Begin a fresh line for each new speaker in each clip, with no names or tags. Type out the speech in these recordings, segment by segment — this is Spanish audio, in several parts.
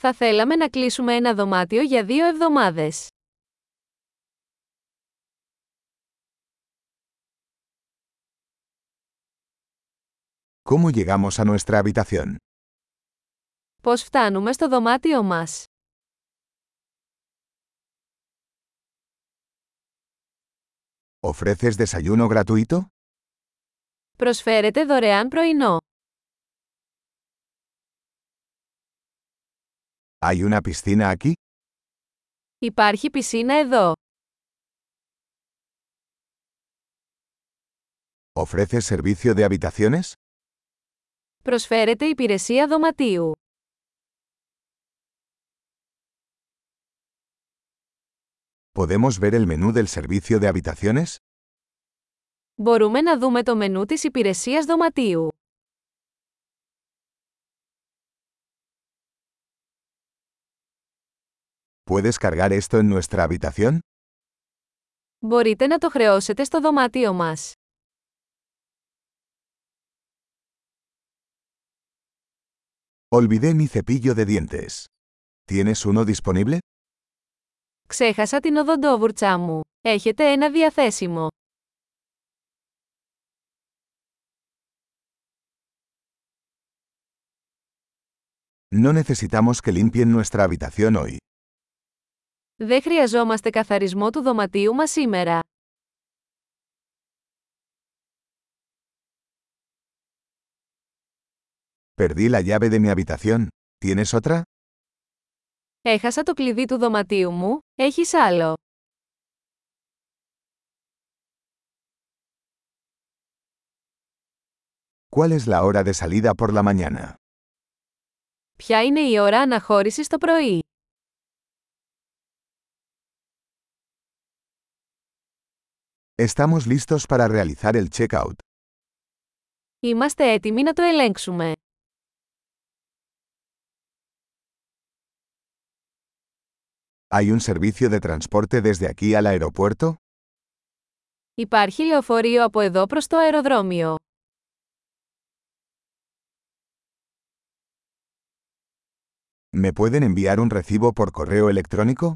Θα θέλαμε να κλείσουμε ένα δωμάτιο για δύο εβδομάδες.
¿Cómo llegamos a nuestra habitación?
Πώς φτάνουμε στο δωμάτιό μας.
¿Ofreces desayuno gratuito?
Προσφέρεται δωρεάν πρωινό.
¿Hay una piscina aquí?
Υπάρχει πισίνα εδώ.
¿Ofreces servicio de habitaciones?
Προσφέρεται υπηρεσία δωματίου.
¿Podemos ver el menú del servicio de habitaciones?
Μπορούμε να δούμε το μενού της υπηρεσίας δωματίου.
¿Puedes cargar esto en nuestra habitación?
Μπορείτε να το χρεώσετε στο δωμάτιό μας.
Olvidé mi cepillo de dientes. ¿Tienes uno disponible?
Ξέχασα την οδοντόβουρτσά μου. Έχετε ένα διαθέσιμο.
No necesitamos que limpien nuestra habitación hoy.
Δεν χρειαζόμαστε καθαρισμό του δωματίου μας σήμερα.
Perdí la llave de mi habitación. ¿Tienes otra?
Έχασα το κλειδί του δωματίου μου, έχεις άλλο.
¿Cuál es la hora de salida por la mañana?
Ποια είναι η ώρα αναχώρησης το πρωί.
Estamos listos para realizar el checkout.
Είμαστε έτοιμοι να το ελέγξουμε.
¿Hay un servicio de transporte desde aquí al aeropuerto?
Υπάρχει λεωφορείο από εδώ προς το αεροδρόμιο.
¿Me pueden enviar un recibo por correo electrónico?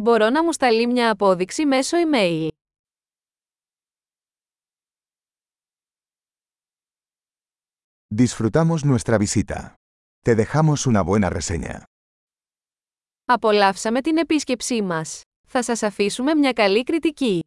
Μπορώ να μου σταλεί μια απόδειξη μέσω email.
Disfrutamos nuestra visita. Te dejamos una buena reseña.
Απολαύσαμε την επίσκεψή μας. Θα σας αφήσουμε μια καλή κριτική.